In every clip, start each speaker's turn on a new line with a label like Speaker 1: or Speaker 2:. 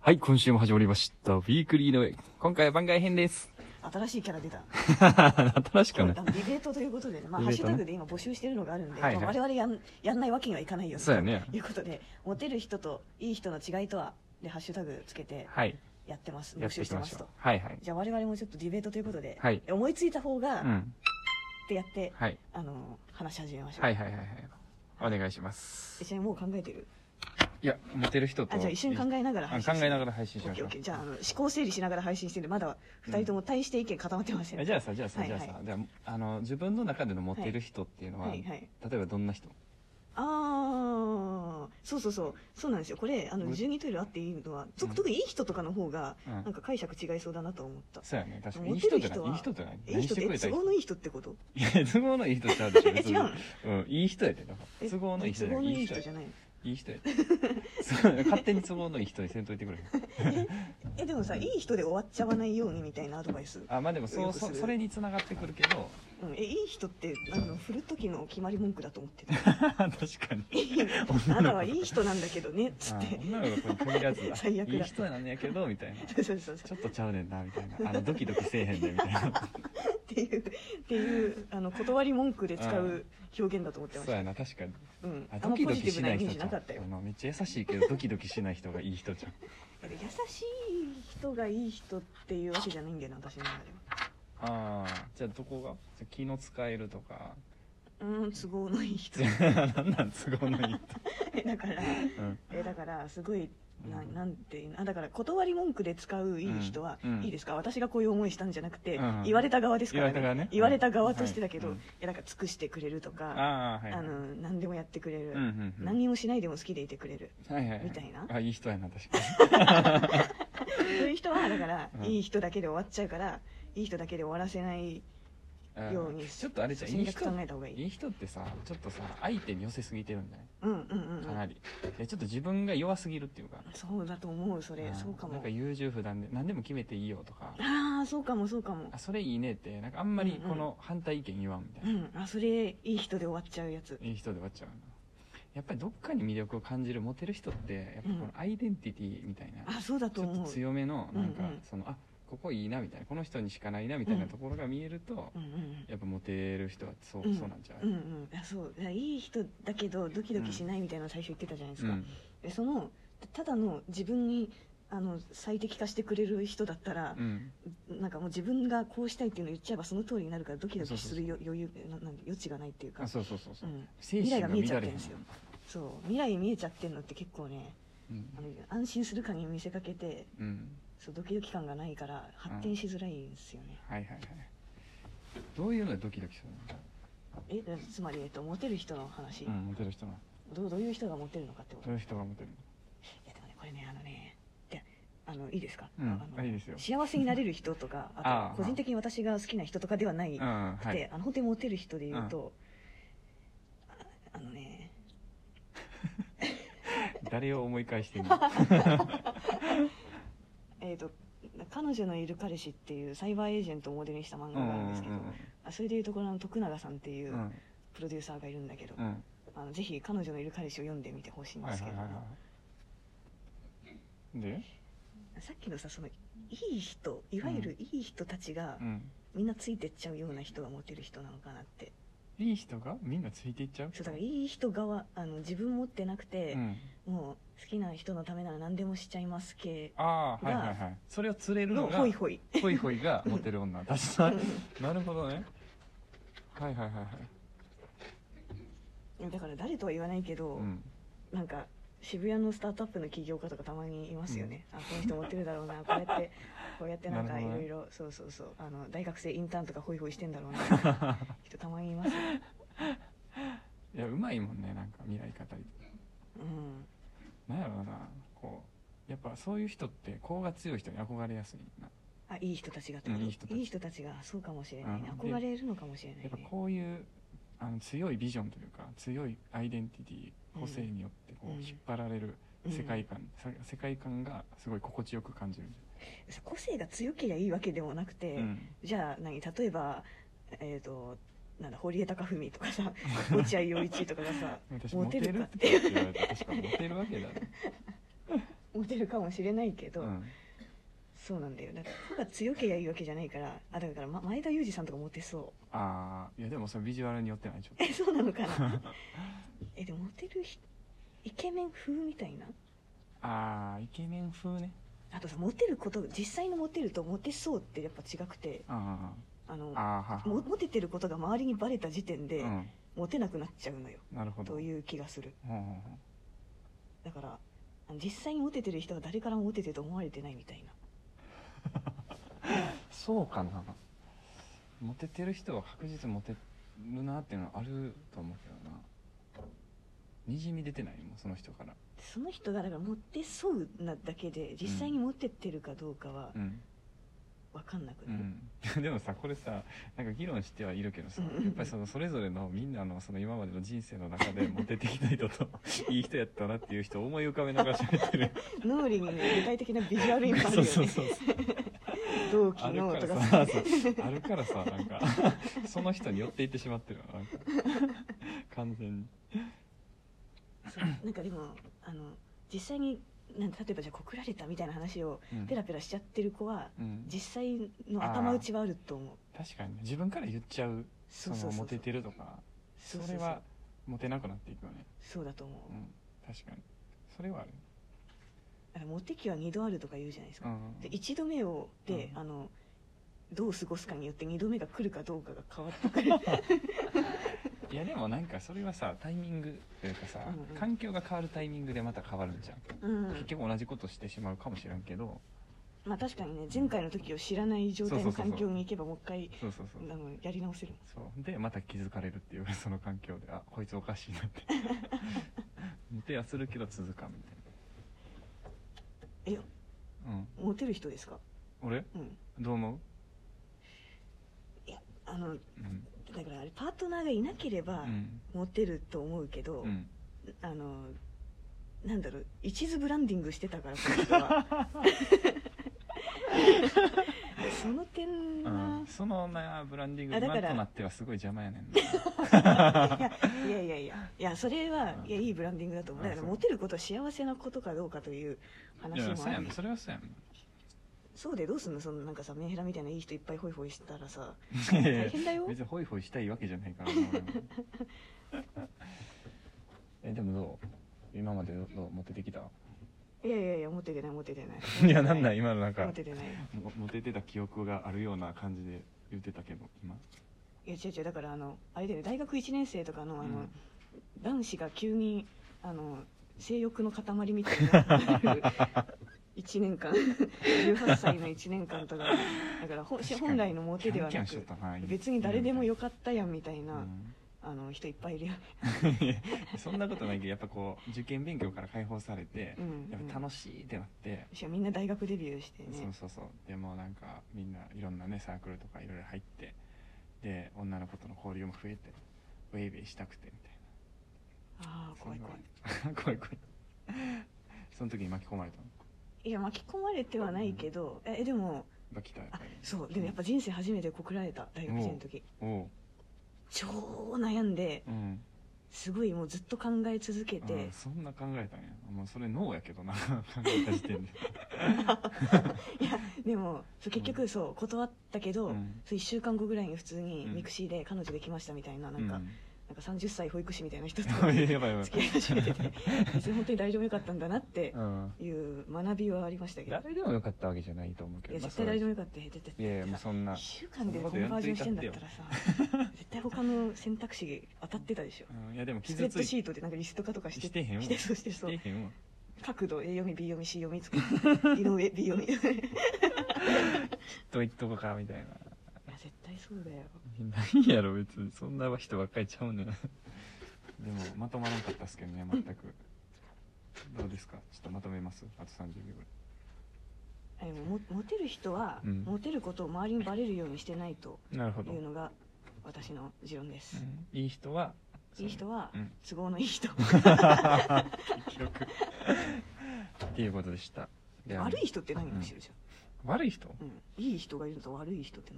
Speaker 1: はい、今週も始まりました。ウィークリーの上。今回は番外編です。
Speaker 2: 新しいキャラ出た。
Speaker 1: 新しく
Speaker 2: 今
Speaker 1: は
Speaker 2: 日
Speaker 1: な
Speaker 2: あ
Speaker 1: い
Speaker 2: の。ディベートということでね、まあ、
Speaker 1: ディ
Speaker 2: ハ
Speaker 1: ベ
Speaker 2: ッ
Speaker 1: ー
Speaker 2: シ
Speaker 1: トね
Speaker 2: ュタグで今募集してるのがあるんで、
Speaker 1: はいはい
Speaker 2: まあ我々やんやんないわけにはいかないよね
Speaker 1: そうやね
Speaker 2: ということで、モテる人といい人の違いとは、で、ハッシュタグつけて
Speaker 1: はい、
Speaker 2: やってます。
Speaker 1: やっ
Speaker 2: 募
Speaker 1: て
Speaker 2: 集
Speaker 1: い
Speaker 2: し
Speaker 1: き
Speaker 2: て
Speaker 1: ま
Speaker 2: ま
Speaker 1: し
Speaker 2: す
Speaker 1: ょう
Speaker 2: と。。
Speaker 1: はいはい。
Speaker 2: じゃあ我々もちょっとディベートということで、
Speaker 1: はい
Speaker 2: 思いついた方が、
Speaker 1: う
Speaker 2: っ
Speaker 1: ん。
Speaker 2: てやって、
Speaker 1: はい。
Speaker 2: あの、話し始めましょう。
Speaker 1: はいはいはいはい。お願いします
Speaker 2: 一。緒にもう考えてる。
Speaker 1: いや、モテる人と。
Speaker 2: あ、じゃあ一緒に考えながら
Speaker 1: あ
Speaker 2: 配
Speaker 1: 考
Speaker 2: 信
Speaker 1: えな
Speaker 2: ら。
Speaker 1: がら配信し
Speaker 2: オッ
Speaker 1: まし
Speaker 2: ケー
Speaker 1: ょ
Speaker 2: オッケー
Speaker 1: う。
Speaker 2: じゃああの思考整理しながら配信してるんでまだ二人とも大して意見固まってません、
Speaker 1: えじゃあさ、じゃあさ、
Speaker 2: はい
Speaker 1: じゃ
Speaker 2: は
Speaker 1: あ
Speaker 2: い
Speaker 1: さ、ではあの、自分の中でのモテる人っていうのは、
Speaker 2: はいはい
Speaker 1: 例えばどんな人
Speaker 2: ああそうそうそうそうなんですよこれあ
Speaker 1: う
Speaker 2: の
Speaker 1: ん
Speaker 2: 十二トイレあっていいのは、と
Speaker 1: うん
Speaker 2: 特にいい人とかの方が
Speaker 1: うん
Speaker 2: なんか解釈違いそうだなと思った、
Speaker 1: そうやね、確かに。いい
Speaker 2: モテ
Speaker 1: 人
Speaker 2: る
Speaker 1: じゃ
Speaker 2: 人
Speaker 1: ない
Speaker 2: はい
Speaker 1: い人じゃない
Speaker 2: い
Speaker 1: 何
Speaker 2: い
Speaker 1: しくれ
Speaker 2: 人ってて
Speaker 1: た
Speaker 2: 都
Speaker 1: らい
Speaker 2: 合のいい人ってこと
Speaker 1: いいや、 都合のいい人ちゃうでしょ、
Speaker 2: え
Speaker 1: 別に
Speaker 2: 違うの
Speaker 1: うん、いい人やで、なんか
Speaker 2: え
Speaker 1: 都合のいい人
Speaker 2: 都
Speaker 1: じゃ
Speaker 2: 合
Speaker 1: な
Speaker 2: の
Speaker 1: いい
Speaker 2: いい
Speaker 1: い人
Speaker 2: 人
Speaker 1: や
Speaker 2: じゃないの
Speaker 1: いい人やでそう勝手に都合のいい人にせんといてくれ。
Speaker 2: えでもさいい人で終わっちゃわないようにみたいなアドバイス、
Speaker 1: あまあでもそ
Speaker 2: よ
Speaker 1: う
Speaker 2: く
Speaker 1: そ
Speaker 2: する
Speaker 1: それに繋がってくるけど
Speaker 2: うん、えいい人ってあの振る時の決まり文句だと 思ってた
Speaker 1: 確かに
Speaker 2: あなたはいい人なんだけどねっつ
Speaker 1: あ
Speaker 2: って
Speaker 1: 女の子に限らず
Speaker 2: 最悪だ
Speaker 1: いい人なんやけどみたいなち
Speaker 2: そうそうそうそう
Speaker 1: ょっとちゃうねんなみたいなあのドキドキせえへんでみたいな
Speaker 2: っていうっていうあの断り文句で使う表現だと思ってまし
Speaker 1: そう
Speaker 2: た
Speaker 1: やな確かに
Speaker 2: うん、
Speaker 1: あ
Speaker 2: あん
Speaker 1: ド
Speaker 2: ま
Speaker 1: キ
Speaker 2: ポ
Speaker 1: ド
Speaker 2: ジ
Speaker 1: キ
Speaker 2: ティ
Speaker 1: し
Speaker 2: ブな
Speaker 1: な
Speaker 2: イ
Speaker 1: い
Speaker 2: メ
Speaker 1: 人
Speaker 2: ージ
Speaker 1: ちゃ
Speaker 2: な
Speaker 1: う
Speaker 2: かったよ
Speaker 1: あのめっちゃ優しいけどドキドキしない人がいい人じゃん
Speaker 2: 優しい人がいい人っていうわけじゃないんだよな私の中では
Speaker 1: ああじゃあどこがじゃあ気の使えるとか
Speaker 2: うーん都合のいい人
Speaker 1: なんなん都合のいい人、
Speaker 2: えだから
Speaker 1: うん、
Speaker 2: えだからすごいな
Speaker 1: うん
Speaker 2: なんていうのあだから断り文句で使ういい人は、
Speaker 1: うんうん
Speaker 2: いいですか私がこういう思いしたんじゃなくて、
Speaker 1: うん
Speaker 2: 言われた側ですか
Speaker 1: 言わ
Speaker 2: ら、
Speaker 1: れた側ね
Speaker 2: 言われた側としてだけど、
Speaker 1: はい
Speaker 2: いやなんか尽くしてくれるとかあ,、
Speaker 1: ああはいはい
Speaker 2: の何でもやってくれる、
Speaker 1: うんうんうん
Speaker 2: 何にもしないでも好きでいてくれる
Speaker 1: はいはいは
Speaker 2: みたいな
Speaker 1: あいい人やな確かに
Speaker 2: そういう人はだから、
Speaker 1: うん
Speaker 2: いい人だけで終わっちゃうからいい人だけで終わらせない
Speaker 1: あ
Speaker 2: ように
Speaker 1: ーちょっとあれじゃんい
Speaker 2: 戦
Speaker 1: い
Speaker 2: 略
Speaker 1: 人
Speaker 2: 考えた方がいい
Speaker 1: いい人ってさちょっとさ相手に寄せすぎてるんじゃない
Speaker 2: うんうんうん
Speaker 1: か
Speaker 2: うん
Speaker 1: なり、でちょっと自分が弱すぎるっていうか、
Speaker 2: そうだと思うそれ
Speaker 1: ん
Speaker 2: そうか
Speaker 1: なん
Speaker 2: も
Speaker 1: か優柔不断で何でも決めていいよとか
Speaker 2: ああそうかもそうかも
Speaker 1: あそれいいねってなんかあんまりこ
Speaker 2: うん
Speaker 1: の反対意見言わんみたいうな、
Speaker 2: んあそれいい人で終わっちゃうやつ
Speaker 1: いい人で終わっちゃうなやっぱりどっかに魅力を感じるモテる人ってやっぱこのアイデンティティみたいな、
Speaker 2: あそうだと
Speaker 1: ちょっ
Speaker 2: 思
Speaker 1: と
Speaker 2: う
Speaker 1: 強めのなんか
Speaker 2: うんうん
Speaker 1: その、あここいいなみたいなこの人にしかないなみたいな
Speaker 2: うん
Speaker 1: ところが見えると、
Speaker 2: うんうん
Speaker 1: やっぱモテる人はそう,、
Speaker 2: うん
Speaker 1: そうなんちゃう、
Speaker 2: うんうんあそういやいい人だけどドキドキしないみたいなの最初言ってたじゃないですか、
Speaker 1: うん
Speaker 2: でそのただの自分にあの最適化してくれる人だったら
Speaker 1: う、ん
Speaker 2: なんかもう自分がこうしたいっていうのを言っちゃえばその通りになるからドキドキするよ余裕ななん余地がないっていうか
Speaker 1: あそうそうそうそう、
Speaker 2: うん
Speaker 1: 精神が乱れへ
Speaker 2: 未来が見えちゃってるんですよそう未来見えちゃってんのって結構ね
Speaker 1: うん
Speaker 2: あの安心するかに見せかけて
Speaker 1: うん
Speaker 2: そうドキドキ感がないから発展しづらいんですよね、
Speaker 1: はいはいはいどういうのでドキドキする
Speaker 2: えだつまり、えっと、モテる人の話、
Speaker 1: の、うん、モテる人なの
Speaker 2: どうどういう人がモテるのかってこと、
Speaker 1: どう
Speaker 2: い
Speaker 1: いう人がモテる
Speaker 2: やでもねこれねあのねであのいいですか、
Speaker 1: うん
Speaker 2: あの
Speaker 1: あいいですよ
Speaker 2: 幸せになれる人とかあと
Speaker 1: あー
Speaker 2: 個人的に私が好きな人とかではないくて、
Speaker 1: のうんはい
Speaker 2: あの本当にモテる人で言うと、ああのね
Speaker 1: 誰を思い返してんの
Speaker 2: えっ、と彼女のいる彼氏っていうサイバーエージェントをモデルにした漫画があるんですけど、あそれでいうところの徳永さんっていううん
Speaker 1: うん
Speaker 2: プロデューサーがいるんだけど、
Speaker 1: うん
Speaker 2: あのぜひ彼女のいる彼氏を読んでみてほしいん
Speaker 1: はい
Speaker 2: で
Speaker 1: はい
Speaker 2: すけ
Speaker 1: は
Speaker 2: ど
Speaker 1: い
Speaker 2: も、
Speaker 1: はいで
Speaker 2: さっきのさそのいい人いわゆるいい人たちが
Speaker 1: うん
Speaker 2: みんなついてっちゃうような人がモテる人なのかなって、
Speaker 1: いい人がみんなついていっちゃう
Speaker 2: そうだからいい人側あの自分持ってなくて
Speaker 1: う、ん
Speaker 2: もう好きな人のためなら何でもしちゃいます系
Speaker 1: ああ
Speaker 2: が
Speaker 1: はいはいはいそれを釣れる
Speaker 2: の
Speaker 1: のが
Speaker 2: ホイホイ
Speaker 1: ホイホイがモテる 女だしなるほどねはいはいはいはい
Speaker 2: だから誰とは言わないけど、
Speaker 1: うん
Speaker 2: なんか渋谷のスタートアップの起業家とかたまにいますよね、あこの人モテるだろうなこう やってこうやってなんか
Speaker 1: なる
Speaker 2: い
Speaker 1: ほど
Speaker 2: ろ
Speaker 1: ね
Speaker 2: いろそうそうそうあの大学生インターンとかホイホイしてんだろうな 人たまにいますよ
Speaker 1: いやうまいもんねなんか未来語り
Speaker 2: うん
Speaker 1: なんやろうなこうやっぱそういう人って業が強い人に憧れやすいな
Speaker 2: あいい人たちがって
Speaker 1: う
Speaker 2: こ
Speaker 1: ん
Speaker 2: と
Speaker 1: いい人たち
Speaker 2: いい人たちがそうかもしれないね
Speaker 1: うん
Speaker 2: 憧れるのかもしれない
Speaker 1: やっぱ
Speaker 2: ね
Speaker 1: こういうあの強いビジョンというか強いアイデンティティ個性によってこう
Speaker 2: うん
Speaker 1: 引っ張られる世界観、さ世界観がすごい心地よく感じる、
Speaker 2: 個性が強ければいいわけでもなくて、
Speaker 1: うん
Speaker 2: じゃあ何例えばえっ、となんだ堀江貴文と かさ落合陽一とかがさ
Speaker 1: 私モ
Speaker 2: モ
Speaker 1: テ
Speaker 2: テ
Speaker 1: るっ
Speaker 2: るか
Speaker 1: て言われて確かモテるわけだね
Speaker 2: モテるかもしれないけど、
Speaker 1: うん
Speaker 2: そうなんだよだから子が強けりゃいいわけじゃないからあだから、ま、前田裕二さんとかモテそう
Speaker 1: ああいやでもそれビジュアルによってないちょっと
Speaker 2: えそうなの かなえでもモテるひイケメン風みたいな
Speaker 1: ああイケメン風ね
Speaker 2: あとさモテること実際のモテるとモテそうってやっぱ違くて
Speaker 1: あ
Speaker 2: あの
Speaker 1: あああは
Speaker 2: もモテてることが周りにバレた時点で、
Speaker 1: うん
Speaker 2: モテなくなっちゃうのよ
Speaker 1: なるほど
Speaker 2: と
Speaker 1: う
Speaker 2: いう気がする
Speaker 1: ん
Speaker 2: だからあの実際にモテてる人は誰からもモテてると思われてないみたいな
Speaker 1: そうかなモテてる人は確実にモテるなっていうのはあると思うけどなにじみ出てないもんその人から
Speaker 2: その人がだからモテそうなだけで実際にモテてるかどうかは
Speaker 1: うん、
Speaker 2: 分かんなく
Speaker 1: う
Speaker 2: ない、
Speaker 1: ん、 でもさこれさなんか議論してはいるけどさ
Speaker 2: うんうんうん
Speaker 1: やっぱりそのそれぞれのみんなのその今までの人生の中でモテてきた人といい人やったなっていう人を思い浮かべながら喋ってる
Speaker 2: 脳裏にね具体的なビジュアルインパクト
Speaker 1: そう
Speaker 2: よね
Speaker 1: そうそう
Speaker 2: 同期
Speaker 1: ある
Speaker 2: の
Speaker 1: か
Speaker 2: と
Speaker 1: ら
Speaker 2: か
Speaker 1: さ
Speaker 2: さ
Speaker 1: そうあるからさなんかその人に寄っていってしまってるよなんか完全に
Speaker 2: そうなんかでもあの実際になんか例えばじゃあ告られたみたいな話を
Speaker 1: うん
Speaker 2: ペラペラしちゃってる子は
Speaker 1: うん
Speaker 2: 実際の頭打ちはあると思う
Speaker 1: 確かにね自分から言っちゃう
Speaker 2: そ
Speaker 1: そう
Speaker 2: そ
Speaker 1: の
Speaker 2: うそ
Speaker 1: モ
Speaker 2: う
Speaker 1: テてるとか
Speaker 2: そう
Speaker 1: それはモテなくなっていくよね
Speaker 2: そうだと思う
Speaker 1: う、ん確かにそれはある
Speaker 2: あのモテ期は2度あるとか言うじゃないです
Speaker 1: う
Speaker 2: か、
Speaker 1: ん
Speaker 2: で1度目をで、
Speaker 1: うん
Speaker 2: あのどう過ごすかによって2度目が来るかどうかが変わって くる
Speaker 1: いやでもなんかそれはさタイミングというかさ
Speaker 2: うんうん
Speaker 1: 環境が変わるタイミングでまた変わるんじゃ
Speaker 2: うん
Speaker 1: 結
Speaker 2: ん、
Speaker 1: 局同じことしてしまうかもしれんけど
Speaker 2: まあ確かにね前回の時を知らない状態
Speaker 1: そうそう
Speaker 2: の
Speaker 1: そうそう
Speaker 2: 環境に行けばもう一回
Speaker 1: そうそうそう
Speaker 2: あのやり直せる
Speaker 1: そうでまた気づかれるっていうその環境であこいつおかしいなってモテはするけど続かんみたいなうん
Speaker 2: モテる人ですか
Speaker 1: 俺
Speaker 2: うん
Speaker 1: どう思
Speaker 2: あの
Speaker 1: ううん
Speaker 2: だからあれパートナーがいなければ、
Speaker 1: うん
Speaker 2: モテると思うけど、
Speaker 1: うん
Speaker 2: あのなんだろう一途ブランディングしてたからこの人 はその点
Speaker 1: う
Speaker 2: は
Speaker 1: ん、、そのなブランディング
Speaker 2: あだ
Speaker 1: 今
Speaker 2: か
Speaker 1: と
Speaker 2: ら
Speaker 1: なってはすごい邪魔やね んな
Speaker 2: いやいやいやいやそれは
Speaker 1: うん
Speaker 2: いやいいブランディングだと思うだか
Speaker 1: あ
Speaker 2: ら
Speaker 1: そう
Speaker 2: モテることは幸せなことかどうかという
Speaker 1: い
Speaker 2: 話
Speaker 1: や
Speaker 2: も
Speaker 1: そう
Speaker 2: あ
Speaker 1: や
Speaker 2: る
Speaker 1: んそれはそうやん
Speaker 2: そうでどうすんのそのなんかさメンヘラみたいないい人いっぱいホイホイしたらさ
Speaker 1: 大
Speaker 2: 大変だよ
Speaker 1: 別にホイホイしたいわけじゃないからな俺もえでもどう今までどどうモテてき た
Speaker 2: いやいやいやモテてないモテてない
Speaker 1: いやなんない今のなんか
Speaker 2: モテてない
Speaker 1: モモテてた記憶があるような感じで言ってたけど今
Speaker 2: いや違う違うだからあのあれだよね大学1年生とかのあの、
Speaker 1: うん
Speaker 2: 男子が急にあの性欲の塊みたい な1年間18歳の1年間とかだからほし
Speaker 1: 確かに
Speaker 2: 本来のモテでは
Speaker 1: キャ
Speaker 2: な
Speaker 1: ンキャン
Speaker 2: く
Speaker 1: しとったな
Speaker 2: 別に誰でもよ
Speaker 1: く
Speaker 2: かったやんみたいな、
Speaker 1: うん
Speaker 2: あの人いっぱいいるよね、
Speaker 1: そんなことないけどやっぱこう受験勉強から解放されて
Speaker 2: う、ん
Speaker 1: やっぱ
Speaker 2: うん
Speaker 1: 楽しいってなって、
Speaker 2: しかもみんな大学デビューしてね
Speaker 1: そうそうそうでもうなんかみんないろんなねサークルとかいろいろ入ってで女の子との交流も増えてウェイウェイしたくてみたいな
Speaker 2: ああ怖い怖い
Speaker 1: そんな 怖い怖いその時に巻き込まれたの
Speaker 2: いや巻き込まれてはないけど、えでも
Speaker 1: が来たやっ
Speaker 2: あ
Speaker 1: ぱり
Speaker 2: そうでもやっぱ人生初めて告られた大学生の時
Speaker 1: おう
Speaker 2: 超悩んで
Speaker 1: うん
Speaker 2: すごいもうずっと考え続けて、
Speaker 1: うんそんな考えたんやもうそれ脳やけどな考えた時点で
Speaker 2: でもそう結局そう断ったけど、
Speaker 1: うん
Speaker 2: そう1週間後ぐらいに普通に
Speaker 1: うん
Speaker 2: ミクシーで彼女できましたみたいななんか,、
Speaker 1: う
Speaker 2: なんか30歳保育士みたいな人と
Speaker 1: や ばいやばい
Speaker 2: 付き合い始めてて別に本当に大丈夫よかったんだなって
Speaker 1: うん
Speaker 2: いう学びはありましたけど
Speaker 1: 誰でもよかったわけじゃないと思うけど
Speaker 2: いや
Speaker 1: まあ
Speaker 2: 絶対大丈夫よかったよ絶
Speaker 1: い
Speaker 2: 対
Speaker 1: やいやもうそんな
Speaker 2: 1、週間でコンバージョンしてんだった らさ絶対他の選択肢当たってたでしょ
Speaker 1: うん、いやでも
Speaker 2: スプレ
Speaker 1: 傷
Speaker 2: ッド
Speaker 1: つ
Speaker 2: シ
Speaker 1: い
Speaker 2: ートでなんかリスト化とかして
Speaker 1: してへんわ
Speaker 2: してそうし てそう
Speaker 1: てへんわ
Speaker 2: 角度 A 読み B 読み C 読み つく井上 B 読みいや絶
Speaker 1: と言っとこかみたいな
Speaker 2: 対そうだよ
Speaker 1: ないやろ別にそんな人ばっかりちゃうねんでもまとまらなかったっすけどね全くどうですかちょっとまとめますあと30秒ぐらい
Speaker 2: あでもモモテる人は、
Speaker 1: うん
Speaker 2: モテることを周りにバレるようにしてないと
Speaker 1: なるほ
Speaker 2: い
Speaker 1: ど、
Speaker 2: うのが私の持論です、
Speaker 1: うんいい人はい
Speaker 2: い人は、
Speaker 1: うん
Speaker 2: 都合のいい人
Speaker 1: 記録っていうことでしたでは
Speaker 2: 悪い人って何をしてるじ
Speaker 1: 悪い人
Speaker 2: ゃん、うんいい人がいるのと悪い人って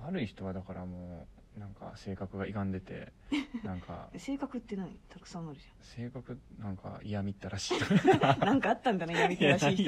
Speaker 1: 悪い人はだからもうなんか性格が歪んでてなんか
Speaker 2: 性格って何たくさんあるじ
Speaker 1: 性格なんか嫌みったらしい
Speaker 2: ゃんなんかあったんだねやり手らしい人